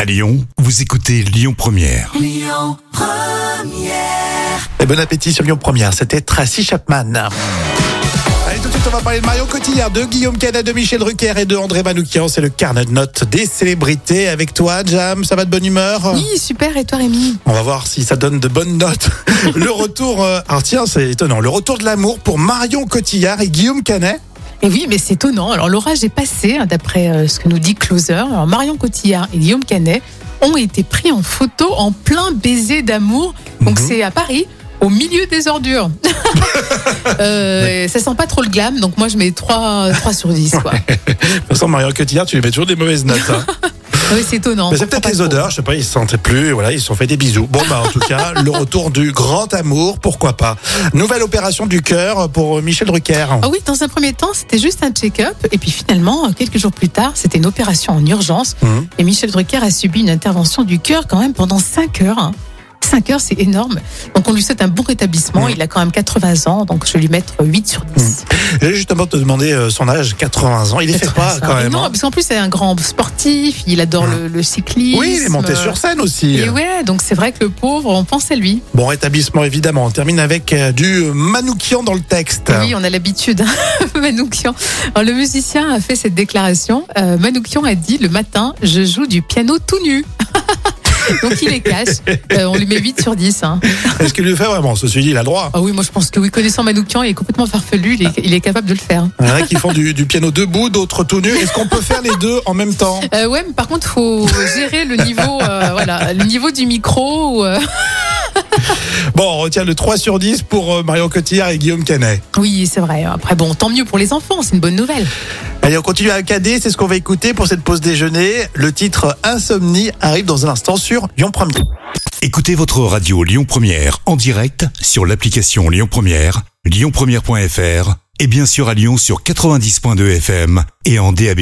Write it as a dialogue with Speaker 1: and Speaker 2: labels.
Speaker 1: À Lyon, vous écoutez Lyon Première.
Speaker 2: Et bon appétit sur Lyon Première, c'était Tracy Chapman. Allez, tout de suite, on va parler de Marion Cotillard, de Guillaume Canet, de Michel Rucker et de André Manoukian. C'est le carnet de notes des célébrités. Avec toi, Jam, ça va de bonne humeur
Speaker 3: Oui, super. Et toi, Rémi
Speaker 2: On va voir si ça donne de bonnes notes. le retour, euh, alors tiens, c'est étonnant, le retour de l'amour pour Marion Cotillard et Guillaume Canet.
Speaker 3: Et oui, mais c'est étonnant. Alors, l'orage est passé, hein, d'après euh, ce que nous dit Closer. Alors, Marion Cotillard et Guillaume Canet ont été pris en photo en plein baiser d'amour. Donc,
Speaker 2: Mhm.
Speaker 3: c'est à Paris, au milieu des ordures. Euh, Ça sent pas trop le glam, donc moi, je mets 3, 3 sur 10. Quoi.
Speaker 2: De toute façon, Marion Cotillard, tu lui mets toujours des mauvaises notes. hein.
Speaker 3: Ouais, Ah c'est étonnant.
Speaker 2: Mais c'est
Speaker 3: on comprend
Speaker 2: peut-être
Speaker 3: pas
Speaker 2: les
Speaker 3: trop.
Speaker 2: odeurs, je sais pas, ils se sentaient plus, et voilà, ils se sont fait des bisous. Bon, bah, en tout cas, le retour du grand amour, pourquoi pas. Nouvelle opération du cœur pour euh, Michel Drucker.
Speaker 3: Ah oui, dans un premier temps, c'était juste un check-up. Et puis finalement, quelques jours plus tard, c'était une opération en urgence.
Speaker 2: Mhm.
Speaker 3: Et Michel Drucker a subi une intervention du cœur quand même pendant 5 heures. hein. 5 heures, c'est énorme. Donc on lui souhaite un bon rétablissement.
Speaker 2: Mhm.
Speaker 3: Il a quand même 80 ans, donc je vais lui mettre 8 sur 10.
Speaker 2: J'allais justement te demander euh, son âge, 80 ans. Mmh. Il les fait pas
Speaker 3: 80,
Speaker 2: quand
Speaker 3: mais
Speaker 2: même.
Speaker 3: Non,
Speaker 2: hein.
Speaker 3: parce qu'en plus, c'est un grand sportif. Il adore
Speaker 2: Mhm.
Speaker 3: le, le cyclisme.
Speaker 2: Oui, il est monté sur scène aussi.
Speaker 3: Et ouais, donc c'est vrai que le pauvre, on pense à lui.
Speaker 2: Bon rétablissement évidemment. On termine avec euh, du manoukian dans le texte.
Speaker 3: Oui, on a l'habitude. Manoukian. Alors, le musicien a fait cette déclaration. Euh, Manoukian a dit le matin, je joue du piano tout nu. Donc il est cash. Euh, on lui met 8 sur 10. hein.
Speaker 2: Est-ce qu'il le fait vraiment Ceci dit, il a le droit.
Speaker 3: Ah oui, moi je pense que oui, connaissant Manoukian, il est complètement farfelu, il est, il est capable de le faire.
Speaker 2: Il y en a qui font du, du piano debout, d'autres tout nus. Est-ce qu'on peut faire les deux en même temps
Speaker 3: Euh, ouais, mais par contre, faut gérer le niveau, euh, voilà, le niveau du micro. ou, euh,
Speaker 2: Bon, on retient le 3 sur 10 pour euh, Marion Cotillard et Guillaume Canet.
Speaker 3: Oui, c'est vrai. Après, bon, tant mieux pour les enfants, c'est une bonne nouvelle.
Speaker 2: Allez, on continue à cadet, c'est ce qu'on va écouter pour cette pause déjeuner. Le titre Insomnie arrive dans un instant sur Lyon 1
Speaker 1: Écoutez votre radio Lyon Première en direct sur l'application Lyon Première, lyonpremière.fr et bien sûr à Lyon sur 90.2 FM et en DAB+.